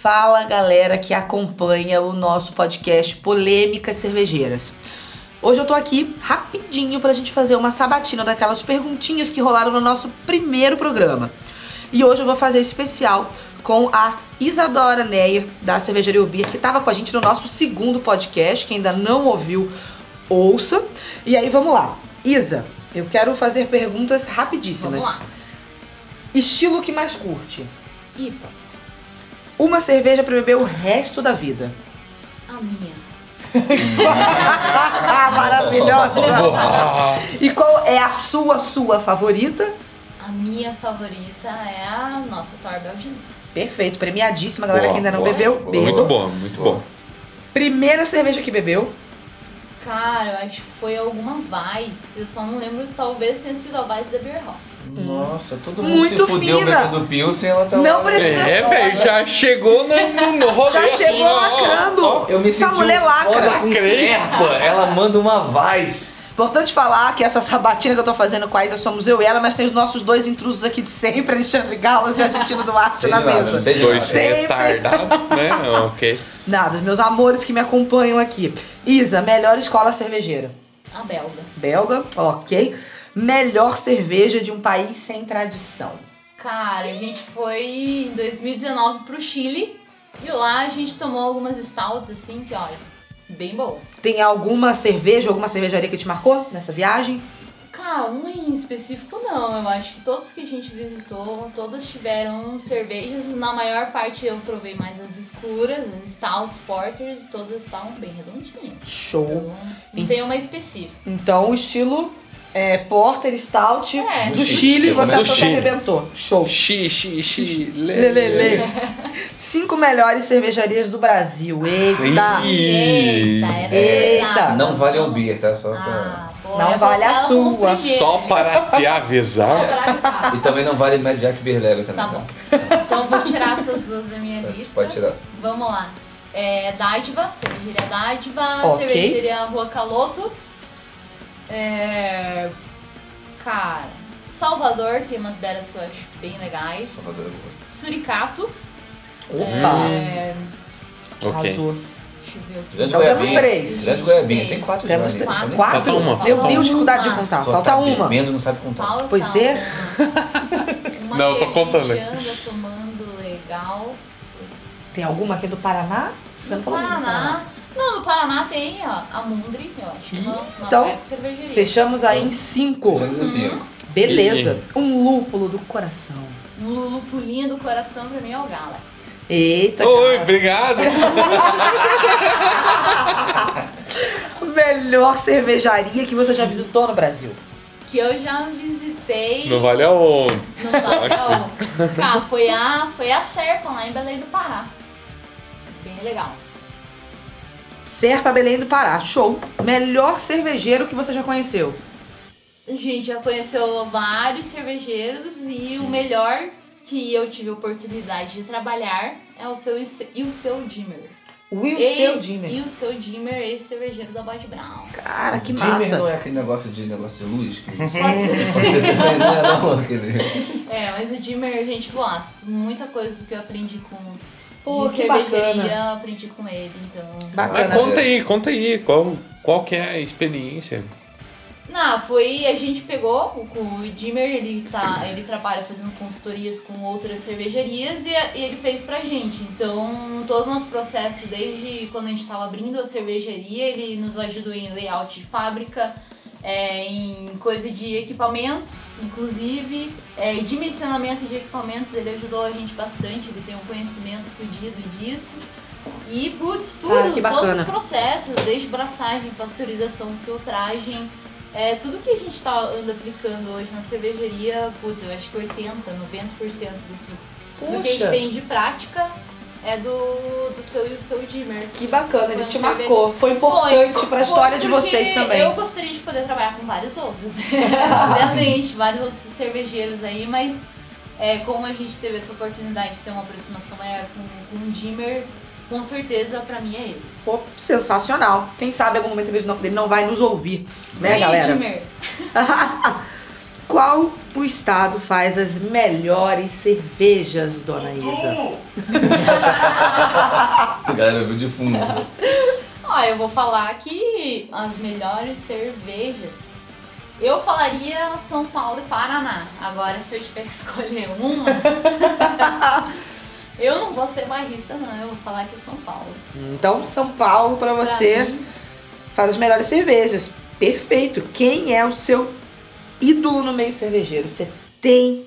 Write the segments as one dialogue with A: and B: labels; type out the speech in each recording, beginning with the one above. A: Fala galera que acompanha o nosso podcast Polêmicas Cervejeiras. Hoje eu tô aqui rapidinho pra gente fazer uma sabatina daquelas perguntinhas que rolaram no nosso primeiro programa. E hoje eu vou fazer especial com a Isadora Neyer, da Cervejaria Ubir, que tava com a gente no nosso segundo podcast, que ainda não ouviu, ouça. E aí vamos lá. Isa, eu quero fazer perguntas rapidíssimas.
B: Vamos lá.
A: Estilo que mais curte?
B: Ipas.
A: Uma cerveja pra beber o resto da vida.
B: A minha.
A: Maravilhosa! E qual é a sua, sua favorita?
B: A minha favorita é a nossa Torbel Gin.
A: Perfeito, premiadíssima, galera
C: Boa,
A: que ainda não
C: boa,
A: bebeu,
C: boa.
A: beba.
C: Muito bom, muito bom.
A: Primeira cerveja que bebeu,
B: Cara, eu acho que foi alguma Vice. Eu só não lembro, talvez tenha sido a Vice da Beerhoff.
D: Nossa, todo mundo
A: Muito
D: se fudeu
A: fina.
D: bebendo Pilsen, ela tá
A: não
D: lá.
A: precisa...
C: É, velho, já chegou no, no, no rolê
A: Já
C: assim,
A: chegou
C: ó, ó,
A: lacrando.
C: ó.
D: Eu me
A: Essa
D: senti
A: mulher é
D: um
A: lacra.
D: foda com
C: Lacrei.
D: serpa. Ela manda uma vice.
A: Importante falar que essa sabatina que eu tô fazendo com a Isa somos eu e ela, mas tem os nossos dois intrusos aqui de sempre, Alexandre Galas e Argentino Duarte
D: Sei
A: na
D: de nada,
A: mesa.
D: não
C: né?
D: sei de nada.
C: Dois
A: Sempre.
C: retardados, né? Ok.
A: Nada, os meus amores que me acompanham aqui. Isa, melhor escola cervejeira.
B: A belga.
A: Belga, ok. Melhor cerveja de um país sem tradição.
B: Cara, a gente foi em 2019 pro Chile. E lá a gente tomou algumas stouts, assim, que olha, bem boas.
A: Tem alguma cerveja, alguma cervejaria que te marcou nessa viagem?
B: Cara, uma Ah, um em específico não. Eu acho que todos que a gente visitou, todas tiveram cervejas. Na maior parte eu provei mais as escuras, as stouts, porters, e todas estavam bem redondinhas.
A: Show.
B: Então, não tem uma específica.
A: Então, o estilo é, Porter Stout
B: É.
A: do
D: Do
A: Chile,
D: Chile,
A: você
C: do
A: achou que
C: Chile.
A: arrebentou. Show.
C: Xi, xi, xi.
A: Lê, lê, lê.
C: É.
A: Cinco melhores cervejarias do Brasil. Eita!
C: Ih.
B: Eita,
A: Eita.
B: essa é pesada.
D: Não vale o beer, tá? Só pra...
B: Ah, pô,
A: Não
B: eu
A: vale a
B: botava como
A: sua.
B: primeiro.
C: Só para te avisar.
B: Só pra
A: Ah.
B: avisar.
D: E também não vale Mad Jack Beer Level também,
B: Tá bom. Então vou tirar essas duas da minha
D: Pode-
B: lista.
D: Pode tirar.
B: Vamos lá. É, dádiva, cervejaria Dádiva,
A: Ok.
B: cervejaria Rua Caloto. É, cara, Salvador tem umas beras que eu acho bem legais.
D: Salvador é boa.
B: Suricato.
A: Opa!
B: É,
C: Ok.
A: Arrasou.
B: deixa eu ver aqui.
D: Grande
A: Então temos
D: Goiabinha.
A: três.
D: Grande Goiabinha. Tem quatro
A: Temos
D: já,
A: três.
D: né? Só nem-
A: Quatro?
C: Falta
A: Meu
C: uma, falta
A: Deus,
C: uma.
A: dificuldade de contar.
D: Só
A: Falta
D: tá
A: uma.
D: bebendo, não sabe contar.
B: Falta
A: Pois é.
B: tá uma. Uma
C: Não, eu tô
B: que a
C: contando.
B: gente anda tomando legal.
A: Tem alguma aqui do Paraná? Você tá não
B: No
A: falou nenhuma do
B: Paraná. Não, no Paraná tem, ó, a Mundri, eu acho. que é Uma, uma
A: Então,
B: baita cervejaria.
A: Fechamos aí em cinco.
D: Fechamos os cinco.
A: Beleza. Um lúpulo do coração.
B: No Lulupulinha do coração pra mim é o Galaxy.
A: Eita,
C: Oi,
A: cara.
C: obrigado.
A: Melhor cervejaria que você já visitou no Brasil.
B: Que eu já visitei.
C: Não vale a onda.
B: Não sabe, não. Cara, foi a, foi a Serpa lá em Belém do Pará. Bem legal.
A: Serpa Belém do Pará. Show. Melhor cervejeiro que você já conheceu.
B: A gente já conheceu vários cervejeiros e o melhor que eu tive a oportunidade de trabalhar é o seu e o seu Dimmer.
A: Will
B: Ei,
A: Seu Dimmer.
B: E o seu Dimmer, esse cervejeiro da Bode Brown.
A: Cara, Ah, que
D: Dimmer
A: massa.
D: não é aquele negócio de negócio de luz? que-
B: Pode ser.
D: Pode ser também, né? Não, aquele...
B: É, mas o Dimmer, gente, gosto. Muita coisa do que eu aprendi com
A: Pô,
B: de
A: que
B: cervejaria,
A: bacana.
B: eu aprendi com ele, então.
A: Bacana.
C: Mas conta aí, conta aí. Qual, qual que é a experiência?
B: Não, foi. A gente pegou o, o Dimmer, ele, tá, ele trabalha fazendo consultorias com outras cervejarias e, e ele fez pra gente. Então, todo o nosso processo, desde quando a gente tava abrindo a cervejaria, ele nos ajudou em layout de fábrica, é, em coisa de equipamentos, inclusive, é, dimensionamento de equipamentos, ele ajudou a gente bastante, ele tem um conhecimento fodido disso. E, putz, tudo,
A: Cara, Ah, que
B: todos
A: bacana.
B: os processos, desde braçagem, pasteurização, filtragem, é, tudo que a gente tá anda aplicando hoje na cervejaria, putz, eu acho que 80, 90% do que, do que a gente
A: Puxa.
B: tem de prática é do, do seu e o seu Dimmer.
A: Que bacana, ele
B: Quando
A: te
B: você
A: marcou. Foi
B: um Foi,
A: importante pra história
B: foi
A: de
B: porque
A: vocês também.
B: Eu gostaria de poder trabalhar com vários outros. Obviamente, vários outros cervejeiros aí, mas é, como a gente teve essa oportunidade de ter uma aproximação maior com, com o Dimmer, com certeza pra mim é ele.
A: Pô, sensacional. Né, Quem sabe em algum momento ele não, ele não vai nos ouvir, né,
B: Sim,
A: galera?
B: Dimmer.
A: Qual o estado faz as melhores cervejas, dona Isa?
D: A galera viu de fundo.
B: Ó, eu vou falar que as melhores cervejas. Eu falaria São Paulo e Paraná. Agora, se eu tiver que escolher uma. eu não vou ser barrista, não. Eu vou falar que é São Paulo.
A: Então, São Paulo pra
B: Pra
A: você
B: mim,
A: faz as melhores cervejas. Perfeito. Quem é o seu ídolo no meio cervejeiro? Você tem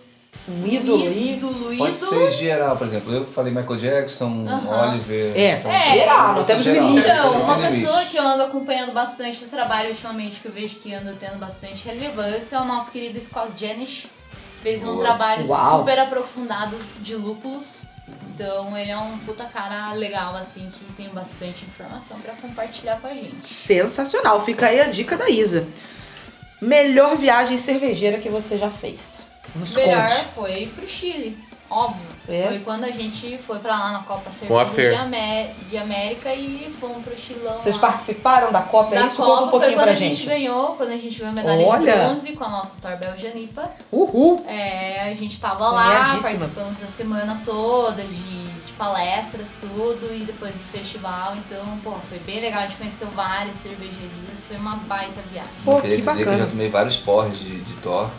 A: um ídolo? aí?
B: ídolo,
D: Pode
B: ídolo.
D: ser geral, por exemplo. Eu falei Michael Jackson,
B: Aham.
D: Oliver.
A: É,
D: então,
B: É,
A: geral, não
D: pode
A: temos
D: ser geral.
A: limites.
B: Então,
D: Não
B: uma
D: tem limite.
B: pessoa que eu ando acompanhando bastante no trabalho ultimamente, que eu vejo que anda tendo bastante relevância, é o nosso querido Scott Janish. Fez um
D: Boa.
B: trabalho
A: Uau.
B: super aprofundado de lúpulos. Então ele é um puta cara legal, assim, que tem bastante informação pra compartilhar com a gente.
A: Sensacional. Fica aí a dica da Isa. Melhor viagem cervejeira que você já fez? Nos
B: melhor
A: conte.
B: foi pro Chile, óbvio.
A: É?
B: Foi quando a gente foi pra lá na Copa
C: Com a
B: Cerveja de,
C: Fer.
B: Amé- de América e fomos pro Chilão.
A: Vocês
B: lá.
A: participaram da Copa? É
B: da
A: isso? Conta
B: Copa
A: um
B: foi
A: pouquinho
B: quando
A: pra
B: a gente.
A: gente.
B: ganhou, quando a gente ganhou a medalha
A: Olha!
B: de bronze com a nossa Torbel Janipa.
A: Uhul!
B: É, a gente tava lá,
A: Ganhadíssima.
B: participamos a semana toda de, de palestras, tudo, e depois do festival. Então, pô, foi bem legal, a gente conheceu várias cervejarias, foi uma baita viagem.
A: Pô,
D: Eu queria
A: que
D: dizer que eu já
A: bacana.
D: tomei vários porres de, de Thor.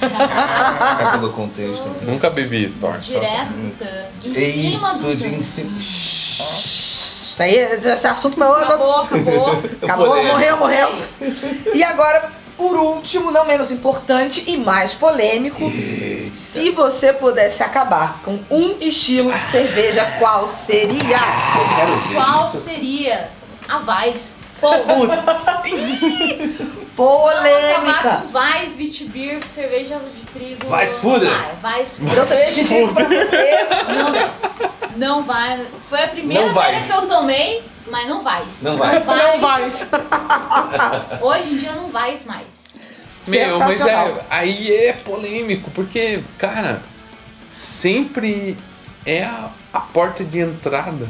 D: Tá? Só pelo contexto.
C: Nunca bebi Thor. só-
B: Direto do tanque. Em
D: É
B: cima
D: isso,
B: do
D: de em
B: tanque.
D: cima.
A: Isso aí, esse assunto não é
B: Acabou, acabou.
A: Acabou,
D: polêmico.
A: morreu, morreu. E agora, por último, não menos importante e mais polêmico, se você pudesse acabar com um estilo de cerveja, qual seria?
D: Eu quero ver
B: Qual
D: isso.
B: seria a Vaz? Pô, Vamos acabar
A: Polêmica.
B: com Weiss, Vitibir, cerveja de trigo.
D: Weiss Fuder.
B: Vai, Weiss
A: Então,
B: Fuder.
A: cerveja de trigo pra você.
B: Não desce. Não vai. Foi a primeira
D: Não vai.
B: vez que eu tomei, mas não vai.
D: Não vai.
A: Não vai.
B: Hoje em dia não vai mais.
C: Meu, mas
A: Sensacional.
C: é, aí é polêmico, porque, cara, sempre é a, a porta de entrada.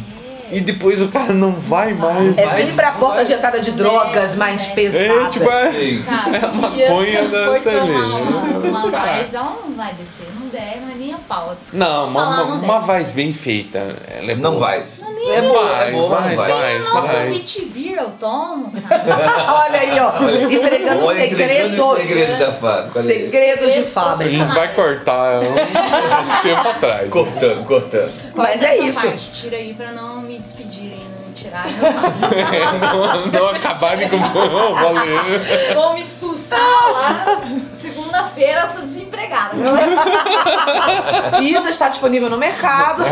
C: E depois o cara não vai mais.
A: É
D: Vai,
A: sempre a porta
D: vai.
A: de entrada de drogas mais
B: É,
C: É,
A: pesadas.
C: tipo, é,
D: Sim.
B: Cara,
C: É a
B: um dia,
C: maconha
B: se eu
C: da
B: for
C: cerveja.
B: tomar Uma, uma Weiss, ela não vai descer. Não der, não é nem a pau. Desculpa
C: Não, uma,
B: falar,
C: uma,
B: não
C: uma
B: desce.
C: voz bem feita. Ela é
D: Não
C: boa.
D: vai.
C: É vai,
D: É boa,
C: vai,
D: não vai.
C: vai,
B: Nossa,
C: vai.
B: Vitibir eu tomo, cara.
A: Olha aí, ó. Entregando
D: Olha, entregando o
A: segredos.
D: segredo da Fábio. Olha isso.
A: Segredos de
B: Segredos
A: fábrica.
C: Não vai cortar é um tempo atrás.
D: Cortando, cortando.
A: Mas
B: Corta
A: é
B: essa
A: isso.
B: Parte, tira aí pra não me despedirem, não me tirarem. Não
C: não, não acabarem com não, valeu.
B: Vão me expulsar lá. Segunda-feira eu tô desempregada. é Se
A: Isa está disponível no mercado.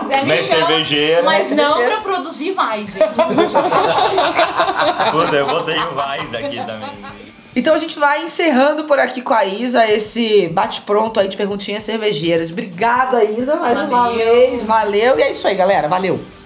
B: quiser me
E: Mas
B: chamar,
E: cervejeira,
B: mas não
A: Cervejeira.
B: pra produzir mais.
E: puta, eu botei o Vaz aqui também.
A: Então a gente vai encerrando por aqui com a Isa esse bate-pronto aí de perguntinhas cervejeiras. Obrigada, Isa, mais uma
B: Valeu.
A: vez. Valeu. E é isso aí, galera. Valeu.